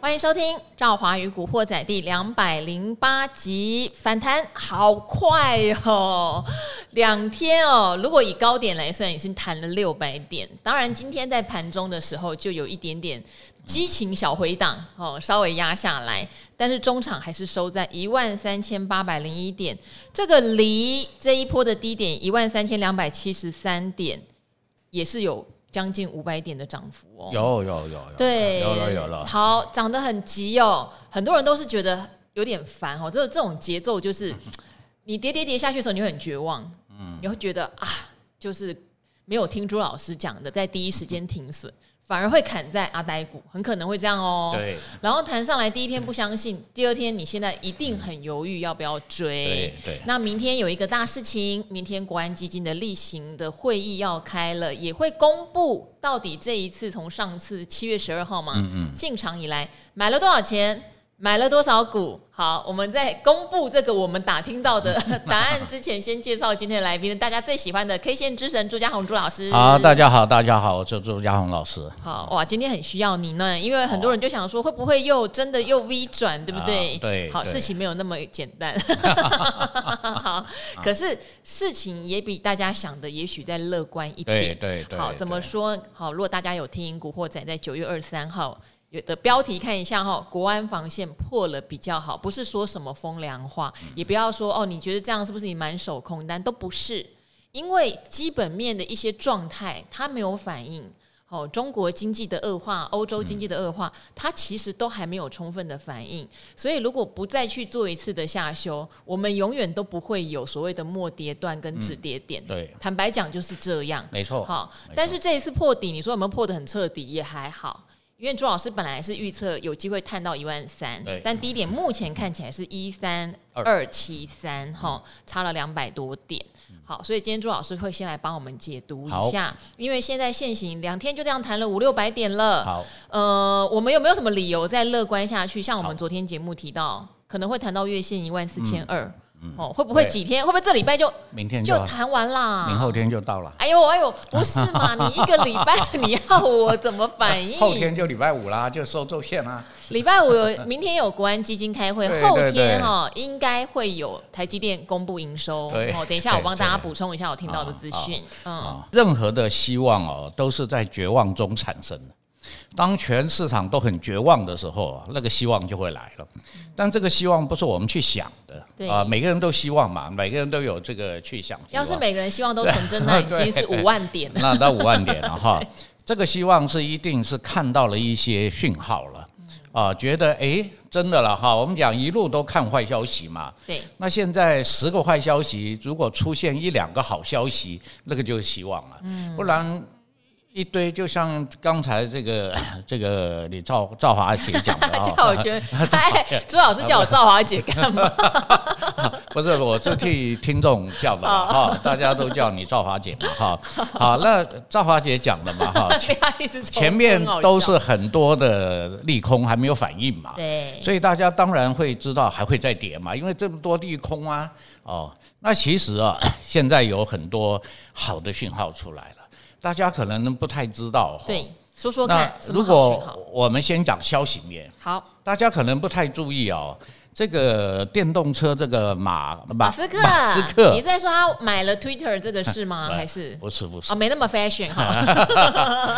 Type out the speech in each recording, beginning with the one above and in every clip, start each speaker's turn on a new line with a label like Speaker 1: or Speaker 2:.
Speaker 1: 欢迎收听《赵华与古惑仔》第两百零八集，反弹好快哦，两天哦。如果以高点来算，已经弹了六百点。当然，今天在盘中的时候就有一点点激情小回档哦，稍微压下来，但是中场还是收在一万三千八百零一点，这个离这一波的低点一万三千两百七十三点也是有将近五百点的涨幅哦。
Speaker 2: 有有有有，
Speaker 1: 对，
Speaker 2: 有了有了，
Speaker 1: 好，涨得很急哦，很多人都是觉得有点烦哦，这这种节奏就是你跌跌跌下去的时候，你会很绝望，嗯，你会觉得啊，就是没有听朱老师讲的，在第一时间停损，反而会砍在阿呆股，很可能会这样哦。
Speaker 2: 对
Speaker 1: 然后弹上来第一天不相信，第二天你现在一定很犹豫要不要追
Speaker 2: 对。对
Speaker 1: 那明天有一个大事情，明天国安基金的例行的会议要开了，也会公布到底这一次从上次七月十二号
Speaker 2: 嗯
Speaker 1: 嘛，进场以来买了多少钱。买了多少股？好，我们在公布这个我们打听到的 答案之前，先介绍今天的来宾，大家最喜欢的 K 线之神朱家红朱老师。
Speaker 2: 好，大家好，大家好，我是周家宏老师。
Speaker 1: 好哇，今天很需要你呢，因为很多人就想说，会不会又真的又 V 转，对不对？
Speaker 2: 啊对
Speaker 1: 好，
Speaker 2: 对
Speaker 1: 事情没有那么简 单。好，可是事情也比大家想的，也许再乐观一
Speaker 2: 对
Speaker 1: 点。
Speaker 2: 对对，
Speaker 1: 好，
Speaker 2: 对
Speaker 1: 怎么？说？好，如果大家有听《古惑仔》在九月二十三号有的标题看一下哈，国安防线破了比较好，不是说什么风凉话，
Speaker 2: 嗯
Speaker 1: 也不要说哦，你觉得这样是不是你满手空单？都不是，因为基本面的一些状态它没有反应。哦，中国经济的恶化，欧洲
Speaker 2: 嗯
Speaker 1: 经济的恶化，它其实都还没有充分的反应。所以，如果不再去做一次的下修，我们永远都不会有所谓的末跌段跟止跌点。
Speaker 2: 嗯对，
Speaker 1: 坦白讲就是这样。
Speaker 2: 没错。
Speaker 1: 好
Speaker 2: 哦没错，
Speaker 1: 但是这一次破底，你说有没有破的很彻底？也还好，因为朱老师本来是预测有机会探到一万三
Speaker 2: 对，
Speaker 1: 但低点目前看起来是一三二七三，哈，差了两百多点。
Speaker 2: 嗯
Speaker 1: 好，所以今天朱老师会先来帮我们解读一下，因为现在现行两天就这样谈了五六百点了。
Speaker 2: 好，
Speaker 1: 呃，我们有没有什么理由再乐观下去？像我们
Speaker 2: 好
Speaker 1: 昨天节目提到，可能会谈到月线一万四千二，哦，会不会
Speaker 2: 嗯对
Speaker 1: 几天？会不会这礼拜就
Speaker 2: 明天就
Speaker 1: 就，
Speaker 2: 啊
Speaker 1: 谈完啦？
Speaker 2: 明后天就到了，
Speaker 1: 哎呦哎呦，不是 嘛？你一个礼拜你要我怎么反
Speaker 2: 后
Speaker 1: 应？
Speaker 2: 天就礼拜五啦，就收周线啦。
Speaker 1: 礼拜五有，明天有国安基金开会，
Speaker 2: 对
Speaker 1: 后
Speaker 2: 对
Speaker 1: 天
Speaker 2: 对
Speaker 1: 哈、哦、应该会有台积电公布营收。
Speaker 2: 对
Speaker 1: 哦，等一下我帮大家
Speaker 2: 对对
Speaker 1: 补充一下我听到的资讯。嗯，
Speaker 2: 啊，任何的希望哦，都是在绝望中产生的。当全市场都很绝望的时候啊，那个希望就会来了。但这个希望不是我们去想
Speaker 1: 嗯对
Speaker 2: 的啊，每个人都希望嘛，每个人都有这个去想希
Speaker 1: 要
Speaker 2: 望。
Speaker 1: 是每个人希望都纯真，那已经是五万点了。
Speaker 2: 那到五万点了哈。这个希望是一定是看到了一些讯号了，啊，觉得诶真的了哈。我们讲一路都看坏消息嘛，
Speaker 1: 对，
Speaker 2: 那现在十个坏消息，如果出现一两个好消息，那个就是希望了，
Speaker 1: 嗯
Speaker 2: 不然。一堆就像刚才这个 这个李赵赵华姐讲的 啊，
Speaker 1: 叫我觉 得，哎，朱老师叫我赵华姐干嘛？
Speaker 2: 不是，我是替听众叫的嘛
Speaker 1: 哦
Speaker 2: 哈，大家都叫你赵华姐嘛哈。好，那赵华姐讲的嘛哈，
Speaker 1: 不要一直重复
Speaker 2: 前面
Speaker 1: 很好笑
Speaker 2: 都是很多的利空还没有反应嘛，
Speaker 1: 对，
Speaker 2: 所以大家当然会知道还会再跌嘛，因为这么多利空啊，哦，那其实啊， 现在有很多好的讯号出来了，大家可能不太知道。哦
Speaker 1: 对，说说
Speaker 2: 那
Speaker 1: 看，什么
Speaker 2: 如
Speaker 1: 好讯号
Speaker 2: 果？我们先讲消息面，
Speaker 1: 好，
Speaker 2: 大家可能不太注意哦，这个电动车这个马马
Speaker 1: 马斯克，
Speaker 2: 马斯克
Speaker 1: 你是在说他买了 Twitter 这个事 吗？
Speaker 2: 不
Speaker 1: 还是
Speaker 2: 不是不是
Speaker 1: 哦，，没那么 fashion 哈。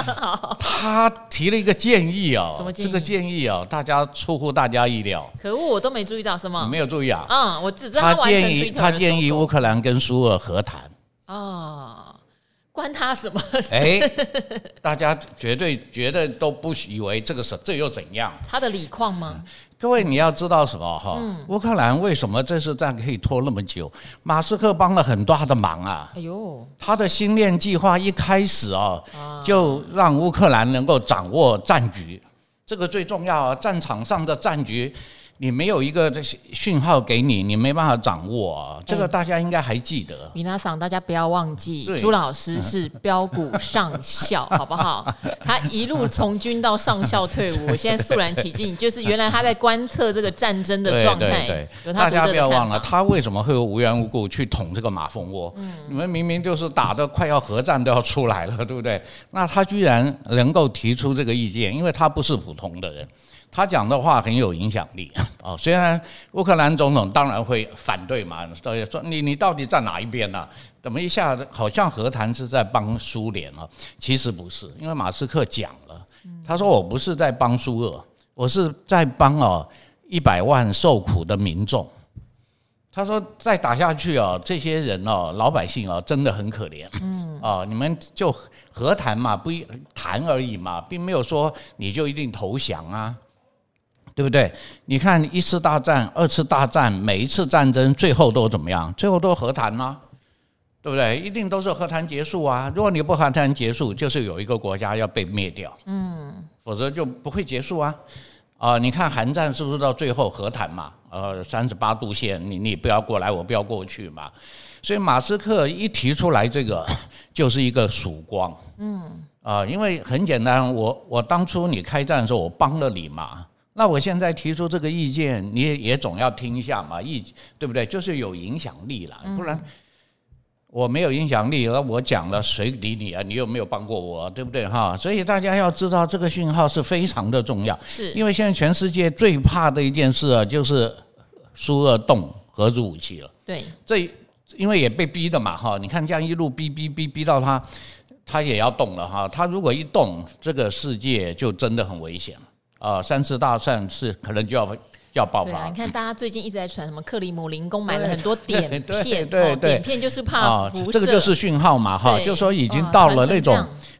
Speaker 2: 他提了一个建议哦，
Speaker 1: 什么建议
Speaker 2: 这个建议哦，大家出乎大家意料，
Speaker 1: 可恶，我都没注意到什
Speaker 2: 你
Speaker 1: 么。
Speaker 2: 没有注意啊？
Speaker 1: 嗯，我只知道
Speaker 2: 他
Speaker 1: 完成 Twitter
Speaker 2: 建议
Speaker 1: 的收购
Speaker 2: 他建议乌克兰跟苏俄和 谈，
Speaker 1: 哦，关他什么 事？
Speaker 2: 哎，大家绝对绝对都不以为这个是这又怎样？
Speaker 1: 他的理况吗？
Speaker 2: 各位你要知道什么哈？
Speaker 1: 嗯
Speaker 2: 乌克兰为什么这次战可以拖那么久？马斯克帮了很大的忙啊。
Speaker 1: 哎呦，
Speaker 2: 他的星链计划一开始啊，就让乌克兰能够掌握战局，这个最重要啊。战场上的战局，你没有一个这些讯号给你，你没办法掌握啊。这个大家应该还记得。
Speaker 1: 米娜桑，大家不要忘记，
Speaker 2: 对
Speaker 1: 朱老师是标股上 校，好不好？他一路从军到上校退 伍，我现在肃然起敬，就是原来他在观测这个战争的
Speaker 2: 对
Speaker 1: 状
Speaker 2: 对
Speaker 1: 态
Speaker 2: 对，，
Speaker 1: 有他
Speaker 2: 大
Speaker 1: 独
Speaker 2: 家
Speaker 1: 特
Speaker 2: 不
Speaker 1: 的
Speaker 2: 要忘
Speaker 1: 看
Speaker 2: 了，
Speaker 1: 法。嗯
Speaker 2: 他为什么会无缘无故去捅这个马蜂窝？你们明明就是打的快要核战都要出来了，对不对？那他居然能够提出这个意见，因为他不是普通的人，他讲的话很有影响力 哦。虽然乌克兰总统当然会反对嘛，说你你到底站哪一边呢、啊？怎么一下子好像和谈是在帮苏联啊？其实不是，因为马斯克讲了，他说我不是在帮苏俄，我是在帮哦一百万受苦的民众。他说：“再打下去啊、哦，这些人哦，老百姓啊、哦，真的很可怜。嗯，啊、哦，你们就和谈嘛，不一谈而已嘛，并没有说你就一定投降啊，对不对？你看一次大战、二次大战，每一次战争最后都怎么样？最后都和谈呢、啊，对不对？一定都是和谈结束啊。如果你不和谈结束，就是有一个国家要被灭掉，嗯，否则就不会结束啊。啊、呃，你看韩战是不是到最后和谈嘛？”呃，三十八度线，你你不要过来，我不要过去嘛。所以马斯克一提出来这个， 就是一个曙光。嗯啊、呃，因为很简单，我我当初你开战的时候，我帮了你嘛。那我现在提出这个意见，你也总要听一下嘛，意对不对？就是有影响力啦，不然我没有影响力，而我讲了，谁理你啊？你又没有帮过我，对不对哈？所以大家要知道，这个讯号是非常的重要。
Speaker 1: 是，
Speaker 2: 因为现在全世界最怕的一件事啊，就是。苏俄动核子武器了，
Speaker 1: 对，
Speaker 2: 这因为也被逼的嘛哈，你看这样一路逼逼逼逼到他，他也要动了哈，他如果一动，这个世界就真的很危险了啊、呃！三次大战是可能就要要爆发、
Speaker 1: 啊。你看大家最近一直在传什么克里姆林宫买了很多碘片，
Speaker 2: 对对对,对，
Speaker 1: 碘片就是怕辐射、哦，
Speaker 2: 啊这个就是讯号嘛哈，就说已
Speaker 1: 啊
Speaker 2: 经到了那种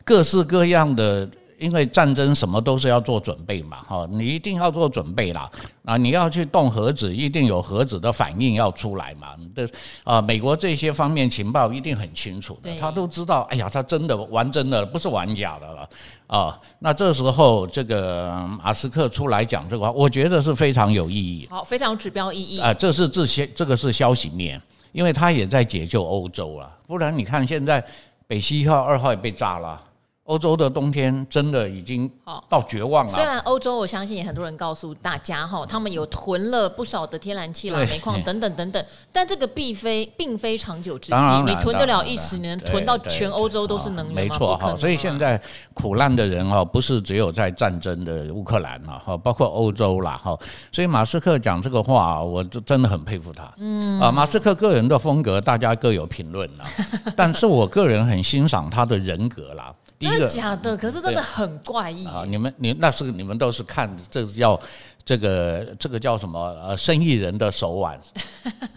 Speaker 2: 各式各样的。因为战争什么都是要做准备嘛，哈，你一定要做准备啦，啊，你要去动核子，一定有核子的反应要出来嘛。这啊、呃，美国这些方面情报一定很清楚的，他都知道。哎呀，他真的玩真的，不是玩假的了啊。那这时候，这个马斯克出来讲这个话，我觉得是非常有意义，
Speaker 1: 好，非常有指标意义
Speaker 2: 啊、呃。这是这些，这个是消息面，因为他也在解救欧洲啊，不然你看现在北溪一号、二号也被炸了。啊欧洲的冬天真的已经到绝望了。
Speaker 1: 虽然欧洲，我相信也很多人告诉大家
Speaker 2: 嗯
Speaker 1: 哈，他们有囤了不少的天然气啦、煤 矿等等等等，但这个并非并非长久之计。你囤得了一时，你能囤到全欧洲都是能啊源
Speaker 2: 哦没错哈，所以现在苦难的人哈，不是只有在战争的乌克兰了哈，包括欧洲啦哈。所以马斯克讲这个话，啊我就真的很佩服他。嗯啊，马斯克个人的风格大家各有评论 啦，但是我个人很欣赏他的人格啦。第一嗯
Speaker 1: 真的假的？可是真的很怪异
Speaker 2: 啊！你们，你那是你们都是看这是要这个这个叫什么？呃，生意人的手 腕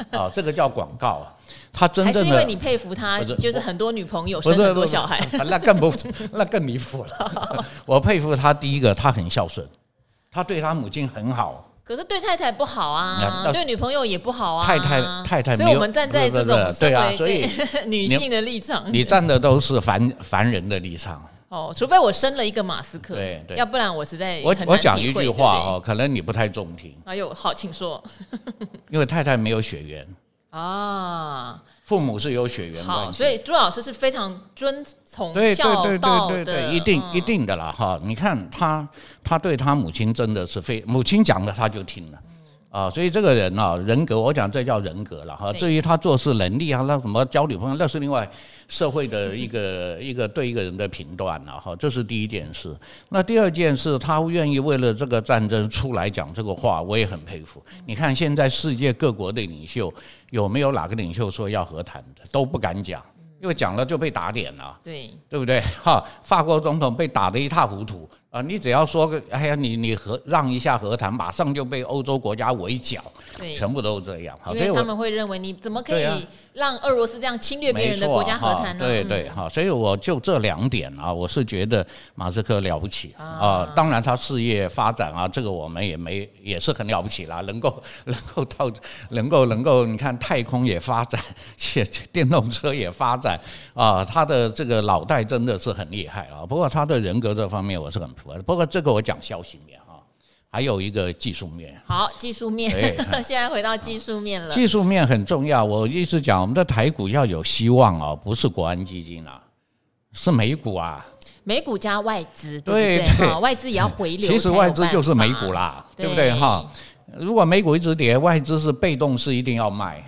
Speaker 2: 啊，这个叫广告。他真的还
Speaker 1: 是因为你佩服他，就是很多女朋友生很多小孩，
Speaker 2: 那更不那更离谱 了。我佩服他，第一个他很孝顺，他对他母亲很好。
Speaker 1: 可是对太太不好啊，对女朋友也不好啊。
Speaker 2: 太太太太，
Speaker 1: 所以我们站在这种
Speaker 2: 对啊，所以
Speaker 1: 女性的立场，
Speaker 2: 你站的都是凡凡人的立场。
Speaker 1: 哦，除非我生了一个马斯克，
Speaker 2: 对对，
Speaker 1: 要不然我实在
Speaker 2: 我我讲一句话哦，可能你不太中听。
Speaker 1: 哎呦，好，请说。
Speaker 2: 因为太太没有血缘
Speaker 1: 啊。
Speaker 2: 父母是有血缘
Speaker 1: 好，所以朱老师是非常遵从
Speaker 2: 孝道的，一定一定的啦哈。你看他，他对他母亲真的是非母亲讲的他就听了啊，所以这个人啊，人格我讲这叫人格了哈。至于他做事能力啊，那什么交女朋友，那是另外社会的一个一个对一个人的评断了哈。这是第一件事。那第二件事，他愿意为了这个战争出来讲这个话，我也很佩服。你看现在世界各国的领袖。有没有哪个领袖说要和谈的都不敢讲，因为讲了就被打脸了，
Speaker 1: 对
Speaker 2: 对不对？哈，法国总统被打得一塌糊涂啊！你只要说个，哎呀，你你和让一下和谈，马上就被欧洲国家围剿，全部都是这样。
Speaker 1: 因为他们会认为你怎么可以
Speaker 2: 啊
Speaker 1: 让俄罗斯这样侵略别人的国家和谈呢？嗯
Speaker 2: 对对啊哈，所以我就这两点啊，我是觉得马斯克了不起啊、呃。当然他事业发展啊，这个我们也没也是很了不起啦，能够 能够到能够能够，你看。太空也发展， 电动车也发展啊、呃！他的这个脑袋真的是很厉害啊。不过他的人格这方面我是很服。不过这个我讲消息面啊，还有一个技术面。
Speaker 1: 好，技术面， 现在回到技术面了。
Speaker 2: 技术面很重要，我一直讲我们的台股要有希望啊，不是国安基金啊，是美股啊。
Speaker 1: 美股加外资，对不对？外资也要回流。
Speaker 2: 其实外资就是美股啦，对不对哈？如果美股一直跌，外资是被动，是一定要卖。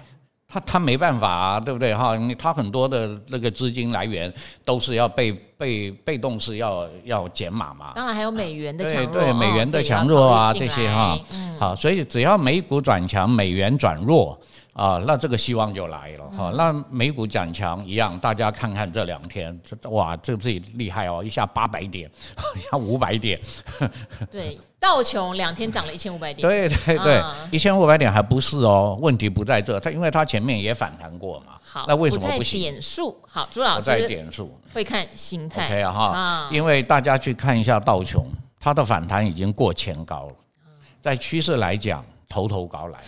Speaker 2: 他他没办法啊，对不对哈？你他很多的那个资金来源都是要被被被动是要要减码嘛，
Speaker 1: 当然还有美元的强
Speaker 2: 对
Speaker 1: 弱，
Speaker 2: 对，美
Speaker 1: 哦
Speaker 2: 元的
Speaker 1: 这也要
Speaker 2: 强弱啊
Speaker 1: 考虑
Speaker 2: 这
Speaker 1: 进
Speaker 2: 些
Speaker 1: 来
Speaker 2: 哈
Speaker 1: 嗯，
Speaker 2: 好，所以只要美股转强，美元转弱啊，那这个希望就来
Speaker 1: 嗯
Speaker 2: 了哈。那美股转强一样，大家看看这两天，这哇，这自己厉害哦，一下八百点， 一下五百点，
Speaker 1: 嗯对，道琼两天涨了一千五百点，
Speaker 2: 对对对
Speaker 1: 啊，
Speaker 2: 一千五百点还不是哦，问题不在这，它因为它前面也反弹过嘛，
Speaker 1: 好，
Speaker 2: 那为什么
Speaker 1: 不在
Speaker 2: 不行？
Speaker 1: 点数，好，朱老
Speaker 2: 不在
Speaker 1: 师
Speaker 2: 点数。
Speaker 1: 会看形态
Speaker 2: OK 啊哈
Speaker 1: 啊，，
Speaker 2: 因为大家去看一下道琼，它的反弹已经过前高了，
Speaker 1: 嗯
Speaker 2: 在趋势来讲，头头高来。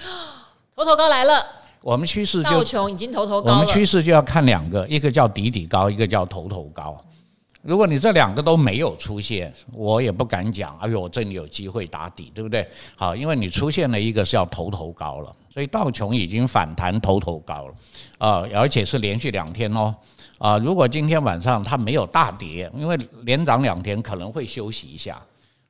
Speaker 1: 头头高来了，
Speaker 2: 我们趋势
Speaker 1: 道
Speaker 2: 就
Speaker 1: 琼已经头头
Speaker 2: 我
Speaker 1: 高
Speaker 2: 们
Speaker 1: 了，
Speaker 2: 趋势就要看两个，一个叫底底高，一个叫头头高。如果你这两个都没有出现，我也不敢讲，哎呦，这里有机会打底，对不对？好，因为你出现了一个是要头头高了，所以道琼已经反弹头头高了，啊、而且是连续两天哦，啊、如果今天晚上它没有大跌，因为连涨两天可能会休息一下，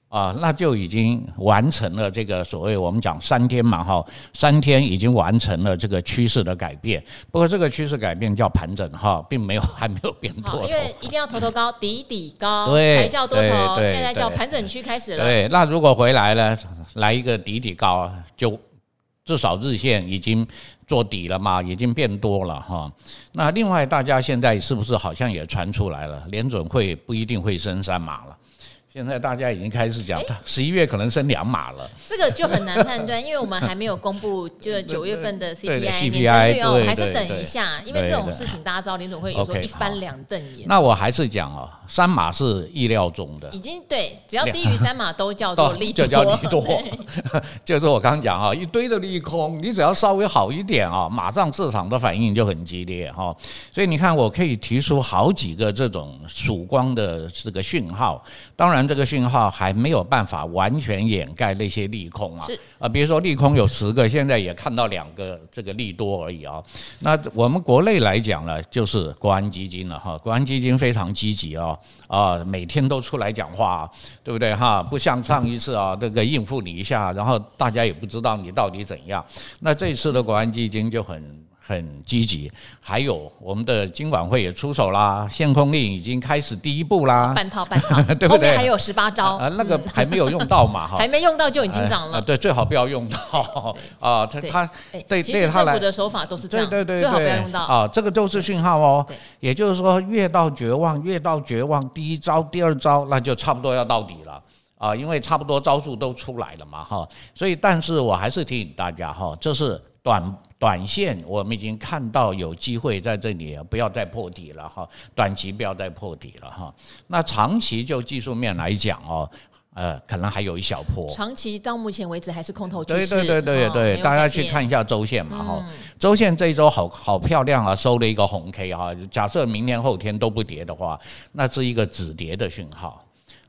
Speaker 2: 啊，那就已经完成了这个所谓我们讲三天嘛哈，三天已经完成了这个趋势的改变。不过这个趋势改变叫盘整哈，并没有还没有变
Speaker 1: 好，
Speaker 2: 多
Speaker 1: 啊因
Speaker 2: 头。
Speaker 1: 为一定要头头 高，底底高，
Speaker 2: 对
Speaker 1: 才叫多头，
Speaker 2: 对对
Speaker 1: 现在叫
Speaker 2: 对
Speaker 1: 盘整区开始了，
Speaker 2: 对，那如果回来了，来一个底底高，就至少日线已经做底了嘛，已经变多了哈。那另外，大家现在是不是好像也传出来了，联准会不一定会升三码了？现在大家已经开始讲，十一月可能升两码了。
Speaker 1: 这个就很难判断，因为我们还没有公布 就是九月份的 CPI
Speaker 2: 对对
Speaker 1: 年
Speaker 2: CPI
Speaker 1: 增率哦，
Speaker 2: 对
Speaker 1: 我还是
Speaker 2: 对
Speaker 1: 等一
Speaker 2: 对
Speaker 1: 下，因为
Speaker 2: 对
Speaker 1: 这种
Speaker 2: 对
Speaker 1: 事情大家知道，联总会有时候
Speaker 2: OK，
Speaker 1: 一翻两瞪眼，
Speaker 2: 那我还是讲哦，三码是意料中的
Speaker 1: 已，经对，只要 低于三码都叫做
Speaker 2: 到
Speaker 1: 利
Speaker 2: 就叫利 多
Speaker 1: 对
Speaker 2: 就是我刚讲啊，一堆的利空，你只要稍微好一点啊，马上市场的反应就很激烈哈、所以你看，我可以提出好几个这种曙光的这个讯号，当然这个讯号还没有办法完全掩盖那些利空啊
Speaker 1: 是，
Speaker 2: 啊，比如说利空有十个，现在也看到两个这个利多而已啊、那我们国内来讲呢，就是国安基金了哈，国安基金非常积极哦，啊，每天都出来讲话啊、对不对哈？不像上一次啊，这个应付你一下，然后大家也不知道你到底怎样。那这次的国安基金就很。很积极，还有我们的金管会也出手啦，限空令已经开始第一步啦，
Speaker 1: 半套半套，
Speaker 2: 对不对
Speaker 1: 后面还有嗯十八招
Speaker 2: 啊，，那个还没有用到嘛哈，
Speaker 1: 还没用到就已经涨
Speaker 2: 哎啊
Speaker 1: 了。
Speaker 2: 对，最好不要用到啊，他
Speaker 1: 对
Speaker 2: 他
Speaker 1: 哎
Speaker 2: 对
Speaker 1: 其
Speaker 2: 对
Speaker 1: 实
Speaker 2: 他
Speaker 1: 政
Speaker 2: 来
Speaker 1: 府的手法都是这
Speaker 2: 对
Speaker 1: 样，
Speaker 2: 对对，
Speaker 1: 最好不
Speaker 2: 对
Speaker 1: 要用到。
Speaker 2: 啊，这个就是讯号哦
Speaker 1: 对。
Speaker 2: 也就是说，越到绝望，越到绝望，第一招、第二招，那就差不多要到底了。啊，因为差不多招数都出来了嘛，哈，所以但是我还是提醒大家哈，这是短短线，我们已经看到有机会在这里，不要再破底了哈，短期不要再破底了哈。那长期就技术面来讲哦，呃，可能还有一小波，
Speaker 1: 长期到目前为止还是空头趋
Speaker 2: 对
Speaker 1: 势，
Speaker 2: 对对对
Speaker 1: 哦
Speaker 2: 对，大家去。
Speaker 1: 没有改变嗯
Speaker 2: 看一下周线嘛哈、周线这一周好好漂亮啊，收了一个红 K 哈、假设明天后天都不跌的话，那是一个止跌的讯号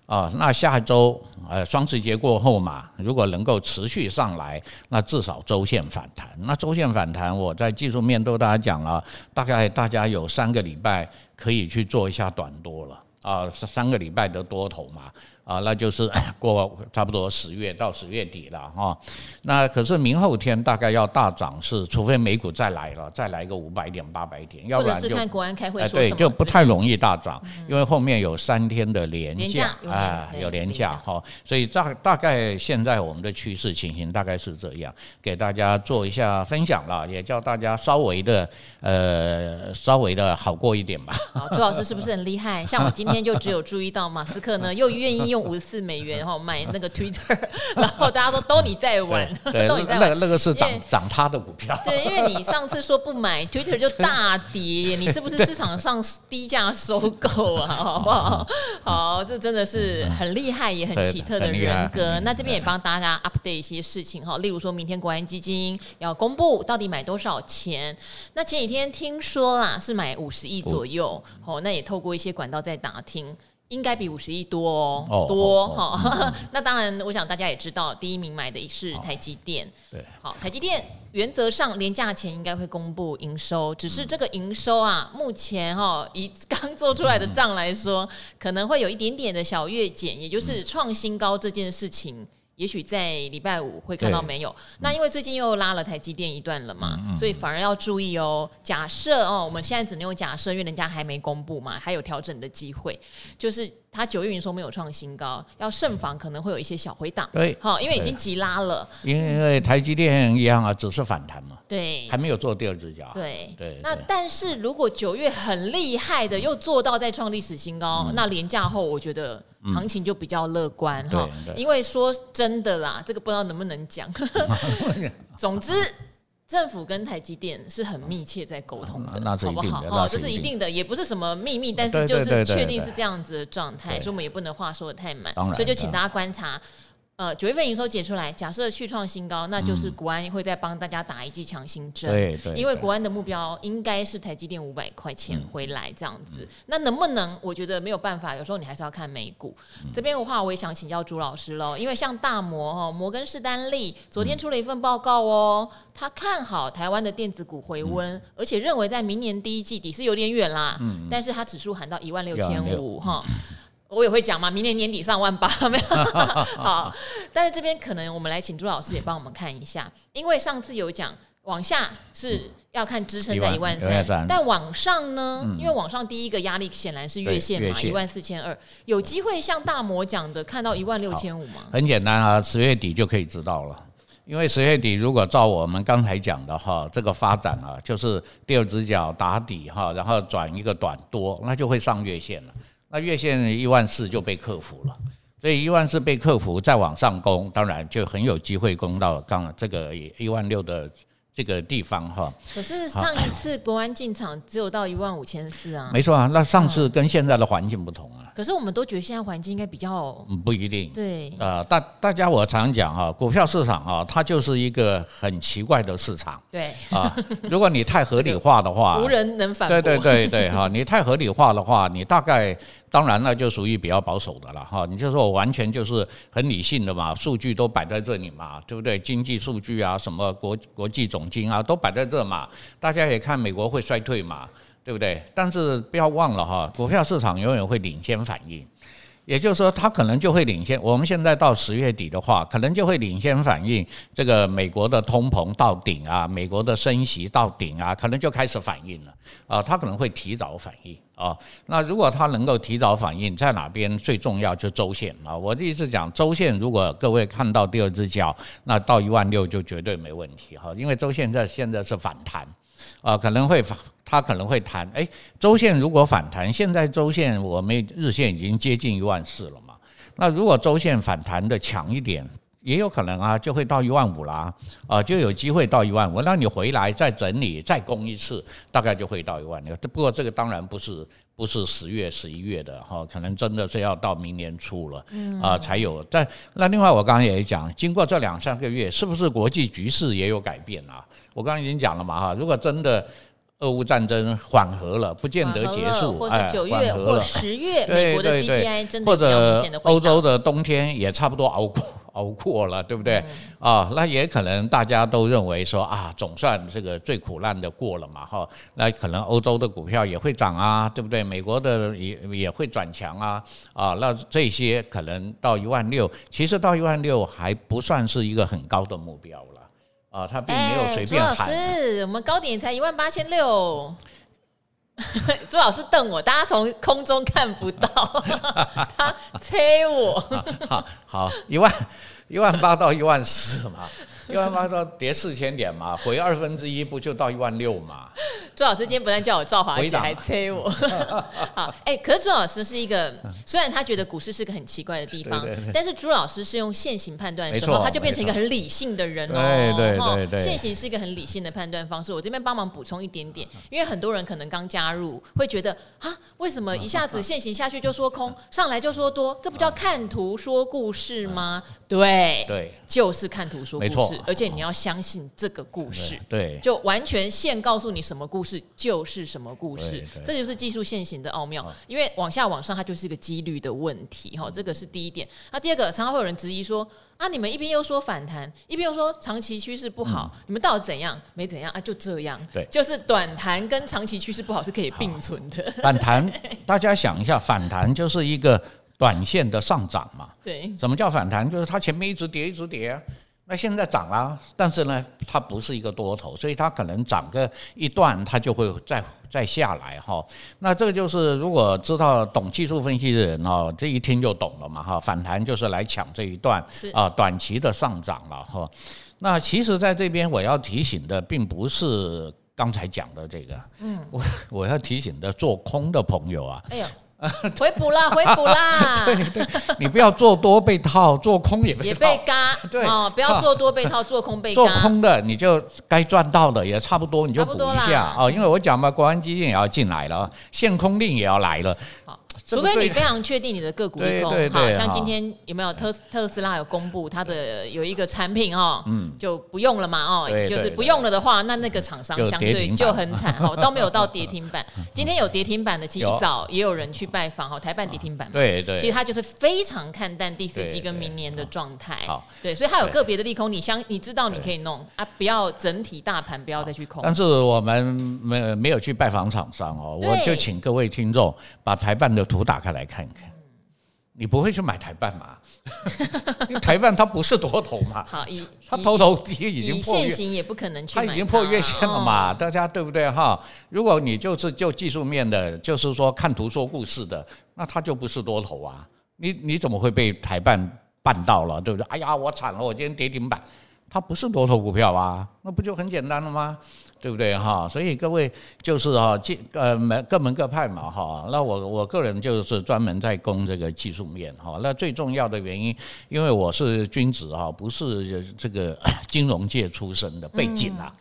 Speaker 2: 啊。那下周呃双十节过后嘛，如果能够持续上来，那至少周线反弹。那周线反弹，我在技术面都大家讲了，大概大家有三个礼拜可以去做一下短多了。啊，三三个礼拜的多头嘛，啊，那就是 过差不多十月到十月底了哈、那可是明后天大概要大涨是，除非美股再来了，再来个五百点、八百点，要
Speaker 1: 或
Speaker 2: 不
Speaker 1: 者
Speaker 2: 然
Speaker 1: 是
Speaker 2: 就
Speaker 1: 看国安开会
Speaker 2: 哎，
Speaker 1: 说什
Speaker 2: 对，
Speaker 1: 么，
Speaker 2: 就不太
Speaker 1: 对嗯
Speaker 2: 容易大涨，因为后面有三天的连
Speaker 1: 连假
Speaker 2: 假
Speaker 1: 有
Speaker 2: 啊，
Speaker 1: 连
Speaker 2: 有
Speaker 1: 对
Speaker 2: 连
Speaker 1: 连
Speaker 2: 假
Speaker 1: 假
Speaker 2: 哈，所以大大概现在我们的趋势情形大概是这样，给大家做一下分享了，也叫大家稍微的呃稍微的好过一点 吧。
Speaker 1: 好，朱老师是不是很厉 害？像我今天就只有注意到马斯克呢，又愿意用五十四美元哈买那个 Twitter，然后大家说都你在玩，
Speaker 2: 对，
Speaker 1: 都你
Speaker 2: 那
Speaker 1: 在
Speaker 2: 那
Speaker 1: 玩
Speaker 2: 个。那个是涨
Speaker 1: 因为
Speaker 2: 涨他的股票。
Speaker 1: 对，因为你上次说不买 Twitter 就大跌，你是不是市场上低价收购啊？好不 好？好，这真的是很厉害，也很
Speaker 2: 对
Speaker 1: 奇特的
Speaker 2: 很厉害
Speaker 1: 人格。
Speaker 2: 嗯
Speaker 1: 那这边也帮大家 update 一些事情哈，例如说明天国安基金要公布到底买多少钱。那前几天听说啦，是买五十亿左右，哦，那也透过一些管道在打听。应该比五十亿多哦，
Speaker 2: 哦
Speaker 1: 多
Speaker 2: 哦
Speaker 1: 哈。 那当然，我想大家也知道，第一名买的是台积电，
Speaker 2: 对，
Speaker 1: 好，台积电原则上廉价前应该会公布营收，只是这个营收啊，目前哈、以刚做出来的账来说，可能会有一点点的小月减，也就是创新高这件事情。也许在礼拜五会看到没有。那因为最近又拉了台积电一段了
Speaker 2: 嗯
Speaker 1: 嘛，所以反而要注意哦。假设哦，我们现在只能用假设，因为人家还没公布嘛，还有调整的机会。就是它九月营收没有创新高，要慎防可能会有一些小回档。
Speaker 2: 对
Speaker 1: 好，因为已经
Speaker 2: 对
Speaker 1: 急拉了。
Speaker 2: 因为台积电一样啊，只是反弹嘛，
Speaker 1: 对
Speaker 2: 还没有做第二只脚啊。
Speaker 1: 对
Speaker 2: 对
Speaker 1: 那
Speaker 2: 对嗯
Speaker 1: 但是如果九月很厉害的又做到再创历史新高，那廉价后我觉得行情就比较乐观哈、
Speaker 2: 嗯对对
Speaker 1: 因为说真的啦，这个不知道能不能 讲。总之。政府跟台积电是很密切在沟通的，
Speaker 2: 啊那是
Speaker 1: 好不
Speaker 2: 一定
Speaker 1: 好？
Speaker 2: 的
Speaker 1: 哦，
Speaker 2: 那
Speaker 1: 这
Speaker 2: 是
Speaker 1: 是
Speaker 2: 一
Speaker 1: 一
Speaker 2: 定的
Speaker 1: 定的，也不是什么秘密，但是
Speaker 2: 对
Speaker 1: 就
Speaker 2: 对
Speaker 1: 是
Speaker 2: 对对
Speaker 1: 确定
Speaker 2: 对
Speaker 1: 是这样子的状态，
Speaker 2: 对
Speaker 1: 所以我们也不能话说的太满
Speaker 2: 当，然
Speaker 1: 所以就请
Speaker 2: 当然
Speaker 1: 大家观察。呃，九月份营收解出来，假设续创新高，那就是国安会再帮大家打一剂强心针。
Speaker 2: 嗯对对
Speaker 1: 因为
Speaker 2: 对
Speaker 1: 国安的目标应该是台积电五百块钱回来这样子。那能不能？我觉得没有办法，有时候你还是要看美股。这边的话，我也想请教朱老师喽，因为像大摩哦，摩根士丹利昨天出了一份报告哦，他看好台湾的电子股回温，而且认为在明年第一季底是有点远啦，但是他指数喊到嗯一万六千五哈。我也会讲嘛，明年年底上万八没有 好，但是这边可能我们来请朱老师也帮我们看一下，因为上次有讲往下是要看支撑在一
Speaker 2: 嗯一万
Speaker 1: 万
Speaker 2: 13
Speaker 1: 三，但往上呢，因为往上第一个压力显然是月线
Speaker 2: 对
Speaker 1: 嘛，
Speaker 2: 月
Speaker 1: 一
Speaker 2: 线
Speaker 1: 万四千二，有机会像大魔讲的看到一万六千五吗？
Speaker 2: 很简单啊，十月底就可以知道了。因为十月底如果照我们刚才讲的哈，这个发展啊，就是第二只脚打底哈，然后转一个短多，那就会上月线了。那月线一万四就被克服了，所以一万四被克服，再往上攻，当然就很有机会攻到刚这个一万六的这个地方哈。
Speaker 1: 可是上一次国安进场只有到一万五千四啊，
Speaker 2: 没错啊，那上次跟现在的环境不同啊，
Speaker 1: 可是我们都觉得现在环境应该比较
Speaker 2: 嗯不一定。
Speaker 1: 对，
Speaker 2: 呃，大大家我常讲哈、股票市场啊，它就是一个很奇怪的市场。
Speaker 1: 对，
Speaker 2: 啊，如果你太合理化的话，
Speaker 1: 无人能反驳。
Speaker 2: 对啊对对对哈，你太合理化的话，你大概当然了就属于比较保守的了哈。你就说我完全就是很理性的嘛，数据都摆在这里嘛，对不对？经济数据啊，什么国国际总经啊，都摆在这嘛。大家也看美国会衰退嘛，对不对？但是不要忘了哈，股票市场永远会领先反应。也就是说，它可能就会领先。我们现在到十月底的话，可能就会领先反映这个美国的通膨到顶啊，美国的升息到顶啊，可能就开始反应了啊。它可能会提早反应啊。那如果它能够提早反应，在哪边最重要就周线啊。我的意思讲，周线如果各位看到第二只脚，那到一万六就绝对没问题哈，因为周线在现在是反弹。啊，可能会反，它可能会弹。哎，周线如果反弹，现在周线我们日线已经接近一万四了嘛，那如果周线反弹的强一点，也有可能啊，就会到一万五啦，啊，就有机会到一万五。那你回来再整理，再攻一次，大概就会到一万六。不过这个当然不是不是十月、十一月的哈、可能真的是要到明年初了，
Speaker 1: 嗯
Speaker 2: 啊，才有。但那另外我刚刚也讲，经过这两三个月，是不是国际局势也有改变啊？我刚刚已经讲了嘛哈，如果真的俄乌战争缓和了，不见得
Speaker 1: 缓和
Speaker 2: 结
Speaker 1: 了
Speaker 2: 束，
Speaker 1: 或
Speaker 2: 哎
Speaker 1: 是九
Speaker 2: 缓
Speaker 1: 月
Speaker 2: 和
Speaker 1: 或
Speaker 2: 了
Speaker 1: 十月，美
Speaker 2: 对
Speaker 1: 国的
Speaker 2: 对对
Speaker 1: CPI 真的
Speaker 2: 或
Speaker 1: 比较明
Speaker 2: 者
Speaker 1: 显的
Speaker 2: 欧洲的冬天也差不多熬过 熬过了，对不
Speaker 1: 嗯
Speaker 2: 对？啊，那也可能大家都认为说啊，总算这个最苦难的过了嘛，哈，那可能欧洲的股票也会涨啊，对不对？美国的也也会转强啊，啊，那这些可能到一万六，其实到一万六还不算是一个很高的目标了。啊，它并没有随
Speaker 1: 哎朱
Speaker 2: 便
Speaker 1: 老
Speaker 2: 喊，
Speaker 1: 师，我们高点才一万八千六。 朱老师瞪我，大家从空中看不到， 他催我。
Speaker 2: 好，好，一万 一万八到一万四嘛，一万八到跌四千点嘛，回二分之一不就到一万六嘛？
Speaker 1: 朱老师今天不但叫我赵华
Speaker 2: 回
Speaker 1: 姐，
Speaker 2: 档
Speaker 1: 还催 我。好，哎、可是朱老师是一个，虽然他觉得股市是个很奇怪的地方，
Speaker 2: 嗯对对对
Speaker 1: 但是朱老师是用现行判断的时
Speaker 2: 没
Speaker 1: 候，
Speaker 2: 错
Speaker 1: 他就变成一个很理性的人哦。
Speaker 2: 没错对对
Speaker 1: 哦
Speaker 2: 对对
Speaker 1: 现行是一个很理性的判断方式。我这边帮忙补充一点
Speaker 2: 嗯
Speaker 1: 点，因为很多人可能刚加入，会觉得啊，为什么一下 子现行下去就说
Speaker 2: 嗯
Speaker 1: 空，上来就说多，这不叫看图说故事吗？对，
Speaker 2: 对
Speaker 1: 就是看图说故
Speaker 2: 嗯没错
Speaker 1: 事，而且你要相信这个故事。
Speaker 2: 对
Speaker 1: 就完全现告诉你什么故事就是什么故事
Speaker 2: 对，对哦
Speaker 1: 这就是技术现行的奥妙。因为往下往上，它就是一个几率的问题
Speaker 2: 嗯
Speaker 1: 哈，这个是第一点。那第二个，常常会有人质疑说啊，你们一边又说反弹，一边又说长期趋势不好，你们到底怎样？没怎样啊，就这样。
Speaker 2: 嗯对
Speaker 1: 就是短弹跟 长期趋势不好是可以并存的。
Speaker 2: 反弹，大家想一下，反弹就是一个短线的上涨嘛。
Speaker 1: 对，
Speaker 2: 什么叫反弹？就是它前面一直跌，一直跌，啊那现在涨啦，但是呢，它不是一个多头，所以它可能涨个一段，它就会再再下来哈。那这个就是如果知道懂技术分析的人哦，这一听就懂了嘛哈。反弹就是来抢这一段
Speaker 1: 是
Speaker 2: 啊、短期的上涨了哈。那其实在这边我要提醒的，并不是刚才讲的这个，嗯，我我要提醒的做空的朋友啊，
Speaker 1: 哎呦， 回补啦，回补 啦，
Speaker 2: 你不要做多被套，做空也被
Speaker 1: 也
Speaker 2: 套。
Speaker 1: 被嘎，
Speaker 2: 对
Speaker 1: 哦，不要做多被套，做空被
Speaker 2: 做
Speaker 1: 嘎，
Speaker 2: 空的你就该赚到的也差不多，你就
Speaker 1: 差
Speaker 2: 补
Speaker 1: 不多
Speaker 2: 一
Speaker 1: 啦嗯
Speaker 2: 下哦。因为我讲嘛，国安基金也要进来了，限空令也要来了，
Speaker 1: 好
Speaker 2: 这
Speaker 1: 除
Speaker 2: 个
Speaker 1: 非
Speaker 2: 对
Speaker 1: 你非常确定你的个股利
Speaker 2: 对
Speaker 1: 空
Speaker 2: 对，
Speaker 1: 好
Speaker 2: 对
Speaker 1: 像
Speaker 2: 好哎
Speaker 1: 今天有没有特特斯拉有公布它的有一个产品哦，就不用了嘛哦，
Speaker 2: 嗯对对
Speaker 1: 就是不
Speaker 2: 对
Speaker 1: 用了的话，那那个厂商
Speaker 2: 就
Speaker 1: 相
Speaker 2: 跌
Speaker 1: 对
Speaker 2: 停板
Speaker 1: 就很惨 哦，都没有到跌停板。今天有跌停板的，其实
Speaker 2: 有
Speaker 1: 一早也有人去拜访哦，台办跌停板嘛。
Speaker 2: 对对
Speaker 1: 其实他就是非常看淡第四季
Speaker 2: 对
Speaker 1: 跟
Speaker 2: 对
Speaker 1: 明年的状态
Speaker 2: 好，
Speaker 1: 对，所以它有
Speaker 2: 对
Speaker 1: 个别的利空，你相你知道你可以弄啊，不要整体大盘不要再去空。
Speaker 2: 但是我们没没有去拜访厂商哦，
Speaker 1: 对
Speaker 2: 我就请各位听众把台办的图打开来看一
Speaker 1: 嗯
Speaker 2: 看。你不会去买台办嘛？ 因为台办它不是多头嘛，
Speaker 1: 好，以
Speaker 2: 它
Speaker 1: 以
Speaker 2: 头头跌已
Speaker 1: 以
Speaker 2: 经破
Speaker 1: 现
Speaker 2: 月，
Speaker 1: 行也不可能去
Speaker 2: 它
Speaker 1: 买，
Speaker 2: 已经破月线了嘛，
Speaker 1: 哦
Speaker 2: 大家对不对哈？如果你就是就技术面的，就是说看图说故事的，那它就不是多头啊。你你怎么会被台办办到了，对不对？哎呀，我惨了，我今天跌停板，它不是多头股票啊，那不就很简单了吗？对不对哈？所以各位就是哈，技呃门各门各派嘛哈。那我我个人就是专门在攻这个技术面哈。那最重要的原因，因为我是君子哈，不是这个 金融界出身
Speaker 1: 嗯
Speaker 2: 的背景啊。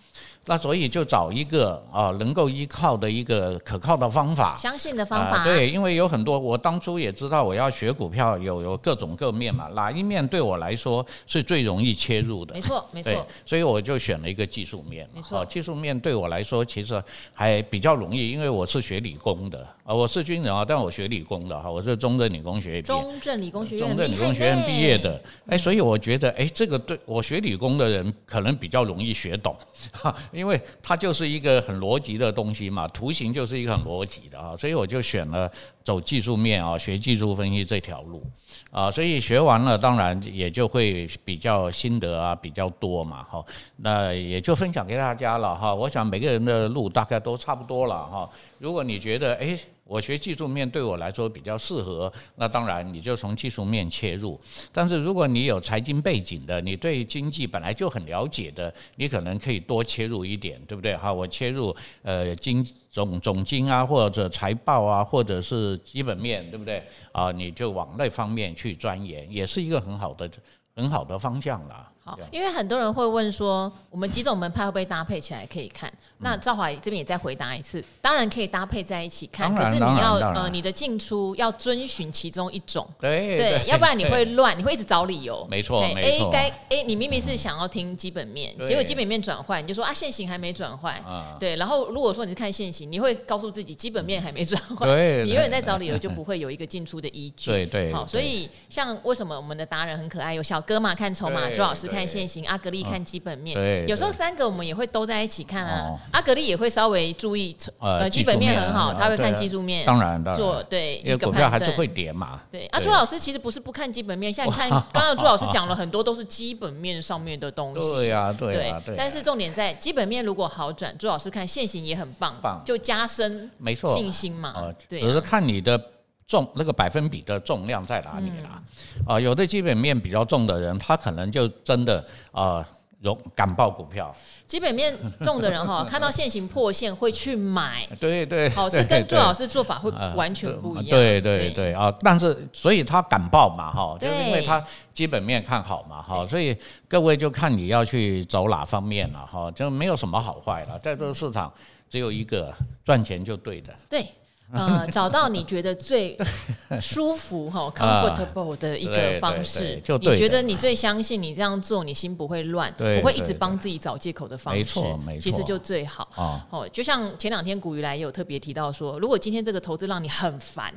Speaker 2: 那所以就找一个啊能够依靠的一个可靠的方法。
Speaker 1: 相信的方法，
Speaker 2: 啊对，因为有很多，我当初也知道我要学股票，有有各种各面嘛，哪一面对我来说是最容易切入的
Speaker 1: 没？错，没
Speaker 2: 对
Speaker 1: 错，，
Speaker 2: 所以我就选了一个技术面嘛。
Speaker 1: 没错
Speaker 2: 哦技术面对我来说其实还比较容易，因为我是学理工的啊，我是军人啊，但我学理工的哈，我是中正理工学院毕业
Speaker 1: 中正理工学院很
Speaker 2: 中正
Speaker 1: 厉
Speaker 2: 理
Speaker 1: 害
Speaker 2: 工学院
Speaker 1: 呢
Speaker 2: 毕业，的，哎，所以我觉得，哎，这个对我学理工的人可能比较容易学懂，哈，因为它就是一个很逻辑的东西嘛，图形就是一个很逻辑的啊，所以我就选了走技术面啊，学技术分析这条路啊，所以学完了，当然也就会比较心得啊比较多嘛，哈，那也就分享给大家了哈，我想每个人的路大概都差不多了哈，如果你觉得，哎。我学技术面对我来说比较适合，那当然你就从技术面切入。但是如果你有财经背景的，你对经济本来就很了解的，你可能可以多切入一点，对不对？哈，我切入呃经总总经啊，或者财报啊，或者是基本面，对不对？啊，你就往那方面去钻研，也是一个很好的很好的方向啦。
Speaker 1: 好
Speaker 2: 这样，
Speaker 1: 因为很多人会问说，我们几种门派会不会搭配起来可以看？那
Speaker 2: 嗯
Speaker 1: 赵华这边也再回答一次，当然可以搭配在一起看，
Speaker 2: 当
Speaker 1: 可
Speaker 2: 然
Speaker 1: 是你
Speaker 2: 当然
Speaker 1: 要
Speaker 2: 当然
Speaker 1: 呃你的进出要遵循其中一种。
Speaker 2: 对
Speaker 1: 对，要不然你会
Speaker 2: 对
Speaker 1: 乱，你会一直找理由。
Speaker 2: 没错
Speaker 1: 嘿
Speaker 2: 没
Speaker 1: ，A
Speaker 2: 错
Speaker 1: 该 A，你明明是想要听基本面，
Speaker 2: 对
Speaker 1: 结果基本面转换，你就说啊，现行还没转换。
Speaker 2: 啊，
Speaker 1: 对，然后如果说你是看现行，你会告诉自己基本面还没转换，
Speaker 2: 对
Speaker 1: 你永远
Speaker 2: 对
Speaker 1: 在找理由，就不会有一个进出的依据。
Speaker 2: 对对，
Speaker 1: 好，所
Speaker 2: 对
Speaker 1: 以像为什么我们的达人很可爱，有小哥嘛看筹码，
Speaker 2: 对
Speaker 1: 周老师看
Speaker 2: 对哦
Speaker 1: 现行，阿格力看基本面，
Speaker 2: 对
Speaker 1: 有时候
Speaker 2: 对
Speaker 1: 三个我们也会都在一起看啊
Speaker 2: 哦。
Speaker 1: 阿格力也会稍微注意，呃，基
Speaker 2: 技术
Speaker 1: 本面
Speaker 2: 面
Speaker 1: 很好，
Speaker 2: 啊
Speaker 1: 他会
Speaker 2: 对
Speaker 1: 看
Speaker 2: 啊
Speaker 1: 技术面，
Speaker 2: 当然当
Speaker 1: 做
Speaker 2: 然，
Speaker 1: 对
Speaker 2: 因
Speaker 1: 一
Speaker 2: 为
Speaker 1: 个
Speaker 2: 股票
Speaker 1: 判
Speaker 2: 还是
Speaker 1: 断。
Speaker 2: 会跌嘛。
Speaker 1: 对啊，
Speaker 2: 对
Speaker 1: 朱老师其实不是不看基本面，像 你看刚刚朱老师讲了很多都是基本面上面的东西，
Speaker 2: 对呀、对呀、对呀、啊
Speaker 1: 但是重点在基本面如果好转，朱老师看现行也很棒，
Speaker 2: 棒
Speaker 1: 就加深
Speaker 2: 没错，
Speaker 1: 信心嘛
Speaker 2: 哦，，
Speaker 1: 对
Speaker 2: 只是
Speaker 1: 啊，
Speaker 2: 看你的重那个百分比的重量在哪里啦。
Speaker 1: 嗯
Speaker 2: 啊、有的基本面比较重的人，他可能就真的啊，容、敢爆股票。
Speaker 1: 基本面重的人 哈，看到现行破线会去买，
Speaker 2: 对对，
Speaker 1: 好
Speaker 2: 对
Speaker 1: 是跟朱老
Speaker 2: 对
Speaker 1: 师做法会
Speaker 2: 啊
Speaker 1: 完全不一样，
Speaker 2: 对对对啊，但是所以他敢报嘛哈，就是因为
Speaker 1: 对
Speaker 2: 他基本面看好嘛哈，所以各位就看你要去走哪方面了哈，就没有什么好坏了，在这个市场只有一个赚钱就对的。
Speaker 1: 对， 呃，找到你觉得最舒服哈、comfortable 的一个
Speaker 2: 对
Speaker 1: 方
Speaker 2: 对
Speaker 1: 式
Speaker 2: 对，就啊对
Speaker 1: 你觉
Speaker 2: 的
Speaker 1: 得你最相信你这样做，你心不会乱，
Speaker 2: 对
Speaker 1: 不会一直
Speaker 2: 对对
Speaker 1: 帮自己找借口的方式，
Speaker 2: 没错没
Speaker 1: 其实
Speaker 2: 错
Speaker 1: 就最好。
Speaker 2: 啊
Speaker 1: 哦，就像前两天古雨来也有特别提到说，如果今天这个投资让你很烦，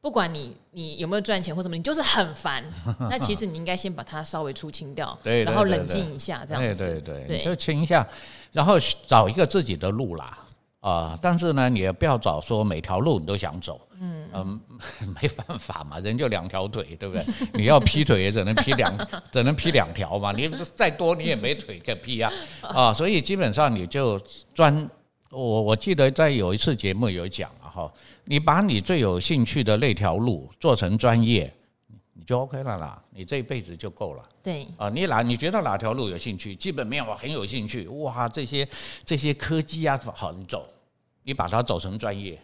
Speaker 1: 不管你你有没有赚钱或什么，你就是很烦， 那其实你应该先把它稍微出清掉，
Speaker 2: 对对
Speaker 1: 然后
Speaker 2: 对
Speaker 1: 冷
Speaker 2: 对哎
Speaker 1: 静一下，这样
Speaker 2: 对
Speaker 1: 子，
Speaker 2: 对对，
Speaker 1: 对
Speaker 2: 你就清一下，然后找一个自己的路啦。啊、但是呢，你也不要找说每条路你都想走，嗯 没办法嘛，人就两条腿，对不对？ 你要劈腿也只能劈两， 只能劈两条嘛，你再多你也没腿可劈呀、啊，所以基本上你就专，我我记得在有一次节目有讲了哈，你把你最有兴趣的那条路做成专业，你就 OK 了啦，你这一辈子就够了。
Speaker 1: 对，
Speaker 2: 啊，你哪你觉得哪条路有兴趣？基本面我很有兴趣，哇，这些这些科技啊，好，你走，你把它走成专业，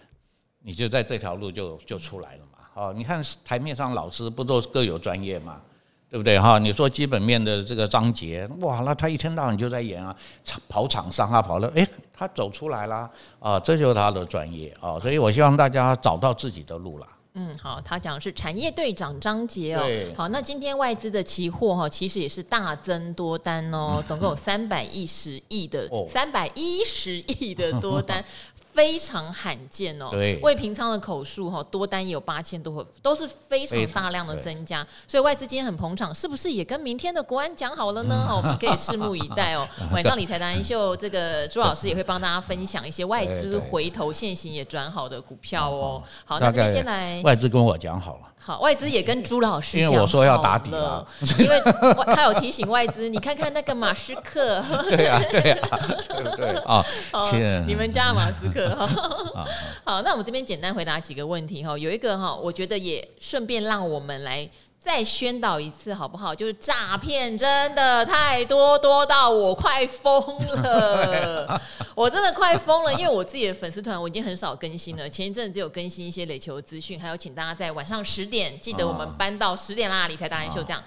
Speaker 2: 你就在这条路就就出来了嘛。哦，你看台面上老师不都各有专业嘛，对不对哈、你说基本面的这个张杰，哇，那他一天到晚就在演啊，厂跑厂商啊，跑了，诶，他走出来啦，啊，这就是他的专业啊，所以我希望大家找到自己的路啦。
Speaker 1: 嗯，好，他讲的是产业队长张杰
Speaker 2: 对
Speaker 1: 哦。好，那今天外资的期货哈、哦，其实也是大增多单哦，总共有三百一十亿的
Speaker 2: 嗯哦
Speaker 1: 三百一十亿的多 单。非常罕见哦，
Speaker 2: 对
Speaker 1: 未平仓的口数哈、哦，多单也有八千多口，都是非常
Speaker 2: 非常
Speaker 1: 大量的
Speaker 2: 对
Speaker 1: 增加，所以外资今天很捧场，是不是也跟明天的国安讲好了
Speaker 2: 嗯
Speaker 1: 呢？哦，我们可以拭目以待 哦。晚上理财达人秀，这个朱老师也会帮大家分享一些外
Speaker 2: 对
Speaker 1: 资
Speaker 2: 对
Speaker 1: 回头现行也转好的股票哦。好，那
Speaker 2: 大
Speaker 1: 这边
Speaker 2: 概
Speaker 1: 先来
Speaker 2: 外资跟我讲好了。
Speaker 1: 好，外资也跟朱老师
Speaker 2: 因为
Speaker 1: 讲
Speaker 2: 我说要
Speaker 1: 好
Speaker 2: 打底
Speaker 1: 了
Speaker 2: 啊，
Speaker 1: 因为外他有提醒外资，你看看那个马斯 克，
Speaker 2: 对呀、对呀、对不对啊？
Speaker 1: 哦
Speaker 2: 切啊
Speaker 1: 你们家的马斯 克哈。好，那我们这边简单回答几个问题哈，有一个哈，我觉得也顺便让我们来。再宣导一次好不好？就是诈骗真的太多，多到我快疯
Speaker 2: 啊
Speaker 1: 了，我真的快疯了。因为我自己的粉丝团我已经很少更新了，前一阵子只有更新一些垒球资讯，还有请大家在晚上十点记得我们
Speaker 2: 啊
Speaker 1: 搬到十点啦，理财达人秀这样。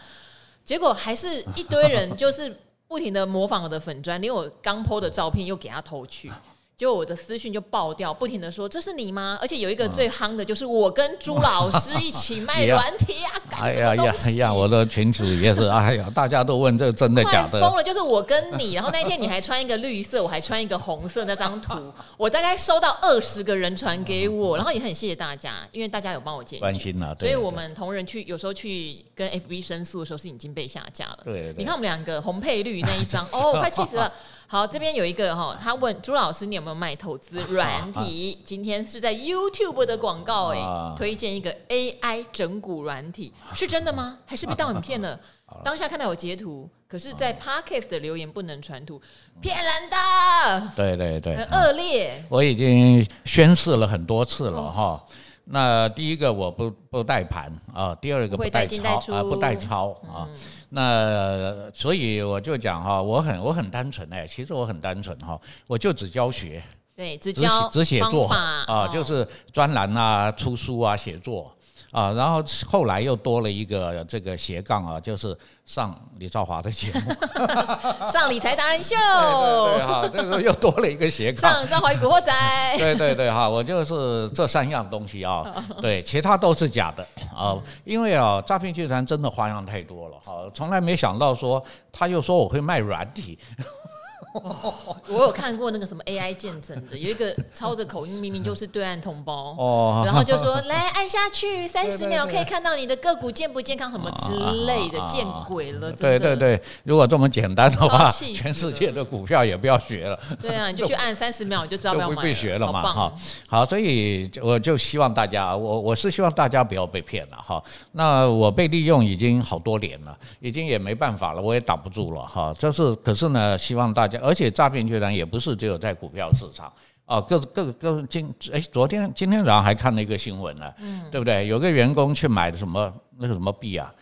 Speaker 1: 结果还是一堆人就是不停的模仿我的粉砖，连我刚 PO 的照片又给他偷 去。结果我的私讯就爆掉，不停的说这是你吗？而且有一个最夯的就是我跟朱老师一起 卖
Speaker 2: 也要
Speaker 1: 软体啊，干
Speaker 2: 哎
Speaker 1: 什么
Speaker 2: 呀呀
Speaker 1: 东西？
Speaker 2: 呀！我的群主 也是，哎呀，大家都问这真的假
Speaker 1: 快
Speaker 2: 的？
Speaker 1: 疯了！就是我跟 你，然后那天你还穿一个绿色，我还穿一个红色那张图，我大概收到二十个人传给我，然后也很谢谢大家，因为大家有帮我解决
Speaker 2: 嗯关。心啊，
Speaker 1: 所
Speaker 2: 对
Speaker 1: 以我们同仁去有时候去跟 FB 申诉的时候是已经被下架了。
Speaker 2: 对对
Speaker 1: 你看我们两个红配绿那一张，哦，快气 死了。好，这边有一个哈，他问朱老师你有没有卖投资
Speaker 2: 啊
Speaker 1: 软体？今天是在 YouTube 的广告哎、
Speaker 2: 啊
Speaker 1: 推荐一个 AI 整骨软体，是真的吗？还是被当影片 了？当下看到有截图，可是，在 Podcast 的留言不能传图，骗人的，
Speaker 2: 对对对
Speaker 1: 很
Speaker 2: 对，
Speaker 1: 恶劣。
Speaker 2: 我已经宣誓了很多次了
Speaker 1: 哦
Speaker 2: 哈。那第一个我不不带盘啊，第二个
Speaker 1: 不会
Speaker 2: 带
Speaker 1: 带进
Speaker 2: 抄
Speaker 1: 带
Speaker 2: 啊，不
Speaker 1: 出嗯
Speaker 2: 带抄啊。那所以我就讲哈，我很我很单纯哎，其实我很单纯哈，我就只教学，
Speaker 1: 对，只
Speaker 2: 只写
Speaker 1: 教
Speaker 2: 只写作
Speaker 1: 方法
Speaker 2: 啊，
Speaker 1: 哦
Speaker 2: 就是专栏啊、出书啊、写作啊，然后后来又多了一个这个斜杠啊，就是上李兆华的节 目，
Speaker 1: 上理财达人秀。
Speaker 2: 对对对哈，这个又多了一个斜杠。
Speaker 1: 哦上上华与古惑仔，
Speaker 2: 对对对哈，我就是这三样东西啊，
Speaker 1: 哦
Speaker 2: 对，其他都是假的啊，因为啊，诈骗集团真的花样太多了哈，从来没想到说他又说我会卖软体，
Speaker 1: 我有看过那个什么 AI 见证的，有一个操着口音，明明就是对岸同胞，
Speaker 2: 哦
Speaker 1: 然后就 说来按下去，三十秒
Speaker 2: 对对
Speaker 1: 可以看到你的个股健不健康什么之类的，
Speaker 2: 啊
Speaker 1: 见鬼了，真
Speaker 2: 对对
Speaker 1: 的。
Speaker 2: 对，如果这么简单的
Speaker 1: 超
Speaker 2: 话
Speaker 1: 哦气，死
Speaker 2: 全世界的股票也不要学了。
Speaker 1: 对啊，你就去按三十秒，你就知道
Speaker 2: 就
Speaker 1: 要
Speaker 2: 不
Speaker 1: 买
Speaker 2: 被学了嘛
Speaker 1: 好棒
Speaker 2: 哈。好，所以就我就希望大家，我我是希望大家不要被骗了哈。那我被利用已经好多年了，已经也没办法了，我也挡不住了哈。这是可是呢，希望大家，而且诈骗集团也不是只有在股票市场。啊，各各各今哎，昨天今天早上还看了一个新闻呢，对不对？有个员工去买什么那个什么币啊，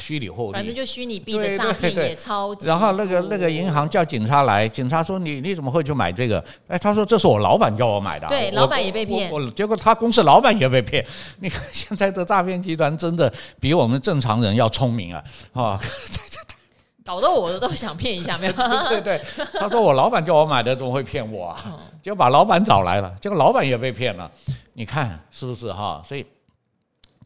Speaker 2: 虚拟货币，啊
Speaker 1: 反正就虚拟币的
Speaker 2: 对
Speaker 1: 诈骗
Speaker 2: 对对
Speaker 1: 也超级多。
Speaker 2: 然后那个那个银行叫警察来，警察说你你怎么会去买这个？哎，他说这是我老板叫我买的啊。
Speaker 1: 对
Speaker 2: 我
Speaker 1: 老板也被骗
Speaker 2: 我我结果他公司老板也被骗。 你看现在的诈骗集团真的比我们正常人要聪明啊！ 啊，
Speaker 1: 搞得我都想骗一下，没有？
Speaker 2: 对对对，他说我老板叫我买的，怎么会骗我
Speaker 1: 哦
Speaker 2: 啊？就把老板找来了，结果老板也被骗了。你看是不是哈？所以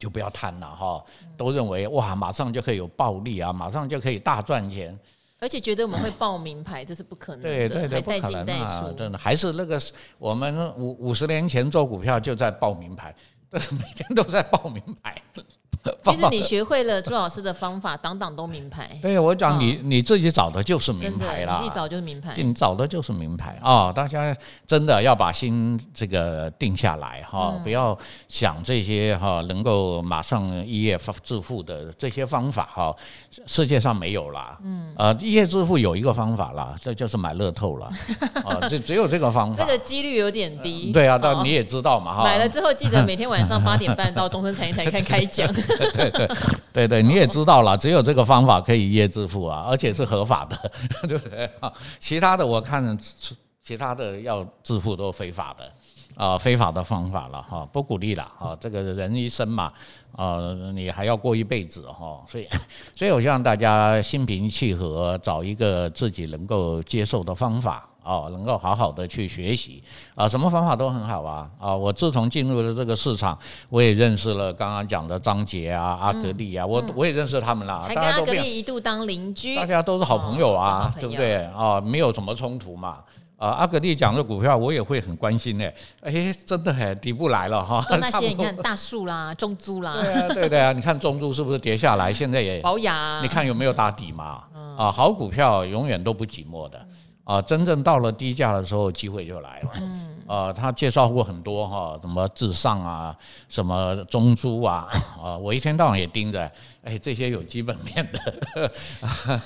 Speaker 2: 就不要贪了哈，都认为哇，马上就可以有暴利啊，马上就可以大赚钱。
Speaker 1: 而且觉得我们会报名牌，这是不可能
Speaker 2: 对
Speaker 1: 的，
Speaker 2: 对
Speaker 1: 还
Speaker 2: 对，不
Speaker 1: 带
Speaker 2: 可
Speaker 1: 进
Speaker 2: 能
Speaker 1: 带
Speaker 2: 啊！
Speaker 1: 出。
Speaker 2: 真的还是那个我们五五十年前做股票就在报名牌，对，每天都在报名牌，
Speaker 1: 其实你学会了朱老师的方法，党党都明牌，
Speaker 2: 对我讲你，你自己找的就是名
Speaker 1: 嗯真的，
Speaker 2: 牌
Speaker 1: 你
Speaker 2: 啦，
Speaker 1: 自己找就是明牌。
Speaker 2: 你找的就是名牌啊、大家真的要把心这个定下来哈、
Speaker 1: 嗯
Speaker 2: 不要想这些哈、能够马上一夜致富的这些方法哈、世界上没有啦。嗯，呃，一夜致富有一个方法啦，这就是买乐 透了啊、这只有这个方
Speaker 1: 这
Speaker 2: 法。
Speaker 1: 个几率有点低。
Speaker 2: 对啊，
Speaker 1: 哦
Speaker 2: 但你也知道嘛哈，
Speaker 1: 买了之后记得每天晚上八点半到东森财 经台看开讲。
Speaker 2: 对对，你也知道了，只有这个方法可以一夜致富啊，而且是合法的，对不对？啊其他的我看其他的要致富都非法的啊、非法的方法了哈、不鼓励了啊、这个人一生嘛，啊、你还要过一辈子哈、所以 所以我希望大家心平气和，找一个自己能够接受的方法。哦，能够好好的去学习啊，什么方法都很好啊啊！我自从进入了这个市场，我也认识了刚刚讲的张杰啊、阿格力啊，我我也认识他们啦，
Speaker 1: 嗯还
Speaker 2: 大
Speaker 1: 跟
Speaker 2: 家
Speaker 1: 阿
Speaker 2: 都
Speaker 1: 格
Speaker 2: 变
Speaker 1: 力一度当邻居
Speaker 2: 大，家都是好朋友
Speaker 1: 哦好
Speaker 2: 啊，
Speaker 1: 朋友
Speaker 2: 对不对？啊，没有什么冲突嘛。啊，阿格力讲的股票我也会很关心呢。哎，真的哎，底部来了哈。
Speaker 1: 都那些
Speaker 2: 差
Speaker 1: 你
Speaker 2: 不多
Speaker 1: 看大树 啦、中租啦、
Speaker 2: 对啊，对的啊，你看中珠是不是跌下来？现在也，
Speaker 1: 保雅啊，嗯
Speaker 2: 你看有没有打底嘛？啊，好股票永远都不寂寞的。啊，真正到了低价的时候，机会就来了。嗯，啊，他介绍过很多哈，什么至上啊，什么中珠啊，啊，我一天到晚也盯着。哎，这些有基本面的，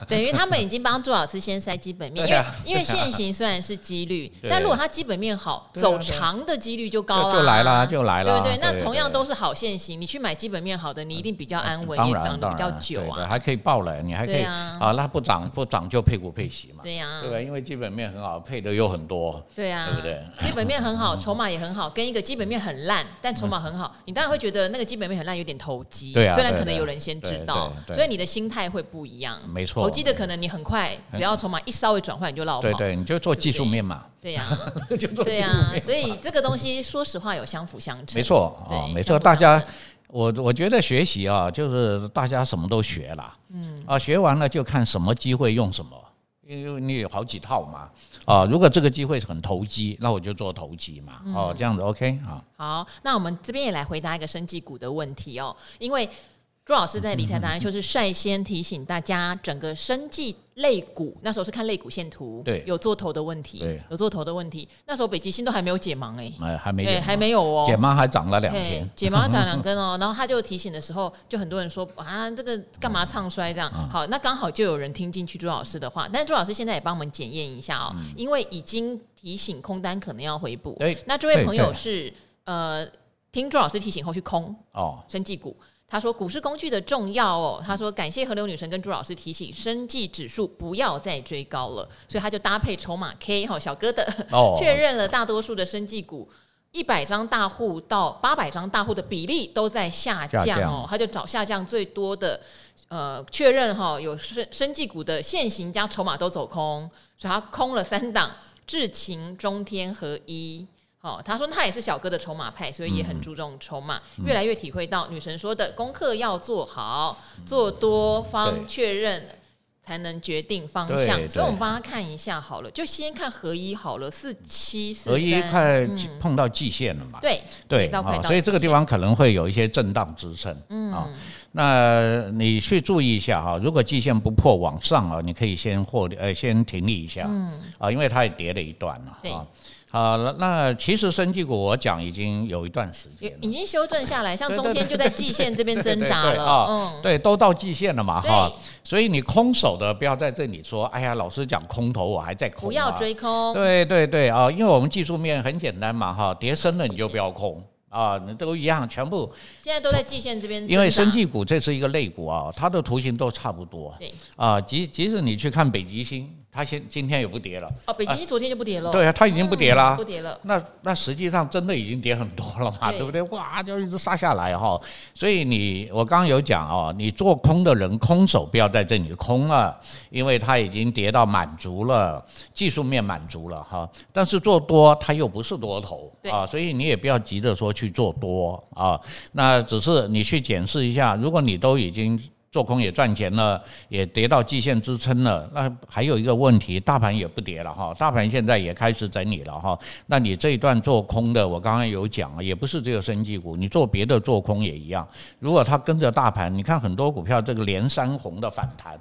Speaker 1: 等于他们已经帮朱老师先筛基 本面，因
Speaker 2: 对
Speaker 1: 为
Speaker 2: 啊
Speaker 1: 因为现行虽然是几率，
Speaker 2: 对
Speaker 1: 但如果他基本面好，
Speaker 2: 对啊
Speaker 1: 走
Speaker 2: 对啊
Speaker 1: 长的几率就高啦，
Speaker 2: 就 就来啦，就来
Speaker 1: 对
Speaker 2: 啦。
Speaker 1: 不对？那同样
Speaker 2: 对
Speaker 1: 都是好现行，你去买基本面好的，你一定比较安稳，
Speaker 2: 当
Speaker 1: 也
Speaker 2: 然
Speaker 1: 涨得
Speaker 2: 当
Speaker 1: 比
Speaker 2: 然
Speaker 1: 较久
Speaker 2: 对对
Speaker 1: 啊，
Speaker 2: 还可以爆了，你还可以
Speaker 1: 对啊
Speaker 2: 啊，那不涨不涨就配股配息嘛，
Speaker 1: 对啊呀
Speaker 2: 对，吧？因为基本面很好，配的又很多，
Speaker 1: 对啊，
Speaker 2: 对不对？嗯
Speaker 1: 基本面很好，筹码也很好，跟一个基本面很烂，但筹码很好，你当然会觉得那个基本面很烂有点投机。
Speaker 2: 对啊
Speaker 1: 虽然
Speaker 2: 对
Speaker 1: 可能
Speaker 2: 对
Speaker 1: 有人先知道
Speaker 2: 对，对对
Speaker 1: 所以你的心态会不一样。
Speaker 2: 没错
Speaker 1: 投机的可能你很快，只 要筹码一稍微转换你就落跑。
Speaker 2: 对对，你就做技术面嘛，
Speaker 1: 对呀，
Speaker 2: 就做
Speaker 1: 对
Speaker 2: 技术
Speaker 1: 呀，
Speaker 2: 面，
Speaker 1: 所以这个东西说实话有相辅相成。
Speaker 2: 没错
Speaker 1: 对
Speaker 2: 啊，没
Speaker 1: 相
Speaker 2: 错，
Speaker 1: 辅
Speaker 2: 大家
Speaker 1: 相成。
Speaker 2: 我我觉得学习啊，就是大家什么都学了，嗯啊，学完了就看什么机会用什么，因为你有好几套嘛，啊，如果这个机会很投机，那我就做投机嘛，
Speaker 1: 嗯
Speaker 2: 哦，这样子 OK 啊，
Speaker 1: 好，那我们这边也来回答一个生技股的问题哦，因为朱老师在理财答案就是率先提醒大家，整个生技类股那时候是看类股线图，
Speaker 2: 对
Speaker 1: 有做头的问题
Speaker 2: 对，
Speaker 1: 有做头的问题。那时候北极星都还没有解盲哎、
Speaker 2: 哎，还没
Speaker 1: 对，
Speaker 2: 有
Speaker 1: 还没有哦，
Speaker 2: 解妈还涨了两
Speaker 1: 嘿
Speaker 2: 天，
Speaker 1: 解盲长两根 哦，然后他就提醒的时候，就很多人说啊，这个干嘛唱衰这样？
Speaker 2: 嗯
Speaker 1: 好，那刚好就有人听进去朱老师的话，但是朱老师现在也帮我们检验一下哦，因为已经提醒空单可能要回补
Speaker 2: 嗯对。
Speaker 1: 那这位
Speaker 2: 对
Speaker 1: 朋友
Speaker 2: 对
Speaker 1: 是呃，听朱老师提醒后去空
Speaker 2: 哦，
Speaker 1: 生技股。他说：“股市工具的重要哦。”他说：“感谢河流女神跟朱老师提醒，生技指数不要再追高了。”所以他就搭配筹码 K 哈小哥的
Speaker 2: 哦
Speaker 1: 确认了大多数的生技股。一百张大户到八百张大户的比例都在下降
Speaker 2: 下
Speaker 1: 哦
Speaker 2: 降，
Speaker 1: 他就找下降最多的，呃，确认哈、有生生技股的现行加筹码都走空，所以他空了三档，智勤、中天合一。哦，他说他也是小哥的筹码派，所以也
Speaker 2: 嗯
Speaker 1: 很注重筹码，越来越体会到女神说的功课要做好，做多方
Speaker 2: 对
Speaker 1: 确认才能决定方
Speaker 2: 对
Speaker 1: 向。所以
Speaker 2: 对
Speaker 1: 我们帮他看一下好了，就先看合一好了，四七四
Speaker 2: 合一
Speaker 1: 三
Speaker 2: 快
Speaker 1: 嗯
Speaker 2: 碰到极限了嘛？
Speaker 1: 对
Speaker 2: 对
Speaker 1: 到快
Speaker 2: 啊
Speaker 1: 到
Speaker 2: 所以这个
Speaker 1: 极
Speaker 2: 地方可能会有一些震荡支撑。嗯啊，那你去注意一下哈，如果季线不破往上啊，你可以先获利呃先停利一下。嗯啊，因为它也跌了一段了。
Speaker 1: 对
Speaker 2: 啊。好了，那其实生技股我讲已经有一段时间
Speaker 1: 已
Speaker 2: 了。
Speaker 1: 已经修正下来，像
Speaker 2: 对
Speaker 1: 中天就在季线这边挣扎
Speaker 2: 对对对啊
Speaker 1: 了，、嗯，
Speaker 2: 对，都到季线了嘛
Speaker 1: 对
Speaker 2: 哈，所以你空手的不要在这里说，哎呀，老师讲空头，我还在空、啊，
Speaker 1: 不要追空，
Speaker 2: 对对对啊，因为我们技术面很简单嘛哈，跌深了你就不要空啊，你都一样，全部
Speaker 1: 现在都在季线这边挣扎，
Speaker 2: 因为生技股这是一个类股啊，它的图形都差不多
Speaker 1: 对
Speaker 2: 啊。即即使你去看北极星，它现今天也不跌了，
Speaker 1: 哦，北京昨天就不跌了，
Speaker 2: 对啊，它已经不跌
Speaker 1: 嗯
Speaker 2: 啦
Speaker 1: 不。跌了，
Speaker 2: 那那实际上真的已经跌很多了嘛，
Speaker 1: 对
Speaker 2: 对不对？哇，就一直杀下来哈、所以你我刚刚有讲哦，你做空的人空手不要在这里空了，因为它已经跌到满足了，技术面满足了哈、但是做多它又不是多头
Speaker 1: 对
Speaker 2: 啊，所以你也不要急着说去做多啊。那只是你去检视一下，如果你都已经做空也赚钱了，也跌到季线支撑了。那还有一个问题，大盘也不跌了哈，大盘现在也开始整理了哈。那你这一段做空的，我刚刚有讲啊，也不是只有升绩股，你做别的做空也一样。如果它跟着大盘，你看很多股票这个连三红的反弹，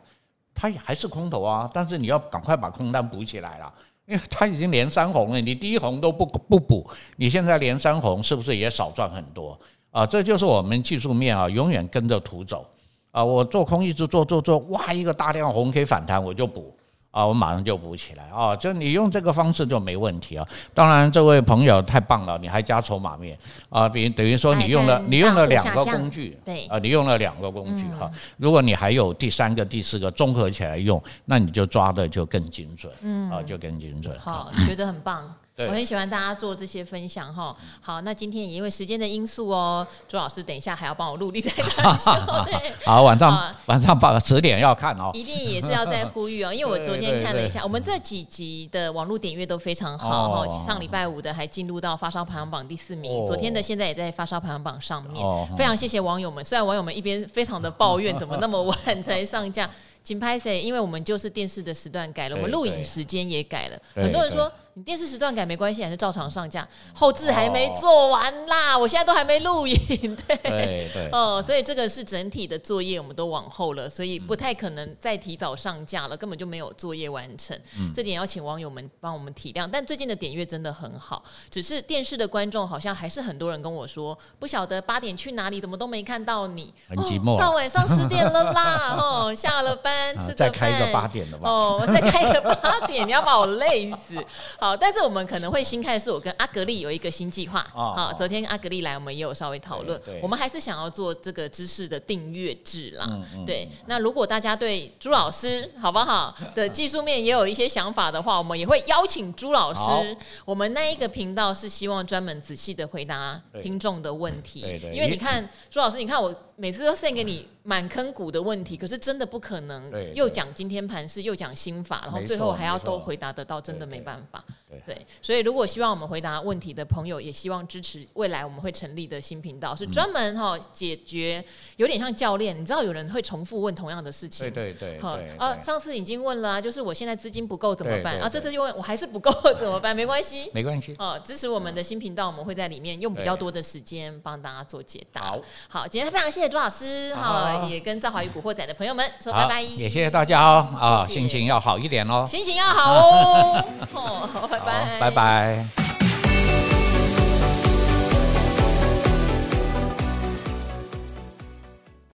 Speaker 2: 它也还是空头啊，但是你要赶快把空单补起来了。因为它已经连三红了，你第一红都不不补，你现在连三红是不是也少赚很多啊？这就是我们技术面啊，永远跟着图走啊。我做空一直做做做，哇，一个大量红 K 反弹我就补啊，我马上就补起来啊。就你用这个方式就没问题啊。当然，这位朋友太棒了，你还加筹码面啊，比等于说你用了
Speaker 1: 哎跟
Speaker 2: 你用了两
Speaker 1: 大户
Speaker 2: 个
Speaker 1: 下降
Speaker 2: 工具，
Speaker 1: 对嗯
Speaker 2: 啊，你用了两个工具哈、如果你还有第三个、第四个综合起来用，那你就抓的就更精准，嗯啊，就更精准。
Speaker 1: 好，觉得很棒。
Speaker 2: 嗯对
Speaker 1: 我很喜欢大家做这些分享哈。好，那今天也因为时间的因素哦，朱老师等一下还要帮我录立在 感受，对，
Speaker 2: 好，晚上、
Speaker 1: 啊
Speaker 2: 晚上八十点要看哦。
Speaker 1: 一定也是要再呼 吁哦，因为我昨天看了一下，我们这几集的网络点阅都非常好
Speaker 2: 哦
Speaker 1: 哈。上礼拜五的还进入到发烧排行榜第四名
Speaker 2: 哦，
Speaker 1: 昨天的现在也在发烧排行榜上面
Speaker 2: 哦，
Speaker 1: 非常谢谢网友们。虽然网友们一边非常的抱怨怎么那么晚才上 架，紧拍谁？因为我们就是电视的时段改了，我们
Speaker 2: 对
Speaker 1: 录
Speaker 2: 对
Speaker 1: 影时间也改了。
Speaker 2: 对
Speaker 1: 很多人
Speaker 2: 对
Speaker 1: 说你电视时段改没关系，还是照常上架，后置还
Speaker 2: 哦
Speaker 1: 没做完啦，我现在都还没录影。 对。
Speaker 2: 对对，
Speaker 1: 哦，所以这个是整体的作业，我们都往后了，所以不太可能再提早上架了，根本就没有作业完成。
Speaker 2: 嗯
Speaker 1: 这点要请网友们帮我们体谅。但最近的点阅真的很好，只是电视的观众好像还是很多人跟我说，不晓得八点去哪里，怎么都没看到你，
Speaker 2: 很寂寞
Speaker 1: 哦、到晚上十点了啦， 哦，下了班
Speaker 2: 啊
Speaker 1: 吃个饭，
Speaker 2: 再开个八点的吧。
Speaker 1: 哦，我再开个八点，你要把我累死。好，但是我们可能会新看，是我跟阿格力有一个新计划。
Speaker 2: 哦
Speaker 1: 好，昨天阿格力来，我们也有稍微讨论
Speaker 2: 对对，
Speaker 1: 我们还是想要做这个知识的订阅制啦。
Speaker 2: 嗯嗯
Speaker 1: 对，那如果大家对朱老师好不好的技术面也有一些想法的话，我们也会邀请朱老
Speaker 2: 好
Speaker 1: 师。我们那一个频道是希望专门仔细的回答
Speaker 2: 对
Speaker 1: 听众的问题
Speaker 2: 对对，
Speaker 1: 因为你看朱老师，你看我每次都 send 给你满坑股的问题，可是真的不可能
Speaker 2: 对对
Speaker 1: 又讲今天盘势，又讲心法，然后最后还要都回答得到，真的没办法。
Speaker 2: 对
Speaker 1: 对，所以如果希望我们回答问题的朋友，也希望支持未来我们会成立的新频道，
Speaker 2: 嗯
Speaker 1: 是专门哈解决有点像教练，你知道有人会重复问同样的事情。
Speaker 2: 对对对
Speaker 1: 好
Speaker 2: 对，
Speaker 1: 啊，
Speaker 2: 对
Speaker 1: 上次已经问了啊，就是我现在资金不够怎么
Speaker 2: 对
Speaker 1: 办
Speaker 2: 对
Speaker 1: 啊？
Speaker 2: 对
Speaker 1: 这次又问我还是不够 怎么办？没关系，
Speaker 2: 没关系。
Speaker 1: 哦，支持我们的新频道，我们会在里面用比较多的时间帮大家做解答。
Speaker 2: 好，
Speaker 1: 好，今天非常谢谢朱老师，
Speaker 2: 好好
Speaker 1: 哈，
Speaker 2: 好
Speaker 1: 也跟赵华与古惑仔的朋友们说
Speaker 2: 好
Speaker 1: 拜拜，
Speaker 2: 也谢谢大家哦啊，
Speaker 1: 谢谢
Speaker 2: 心情要好一点哦。
Speaker 1: 心情要好哦，哦，拜
Speaker 2: 好
Speaker 1: 拜，
Speaker 2: 拜。拜。